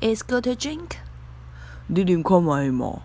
is good to drink. Didn't come anymore.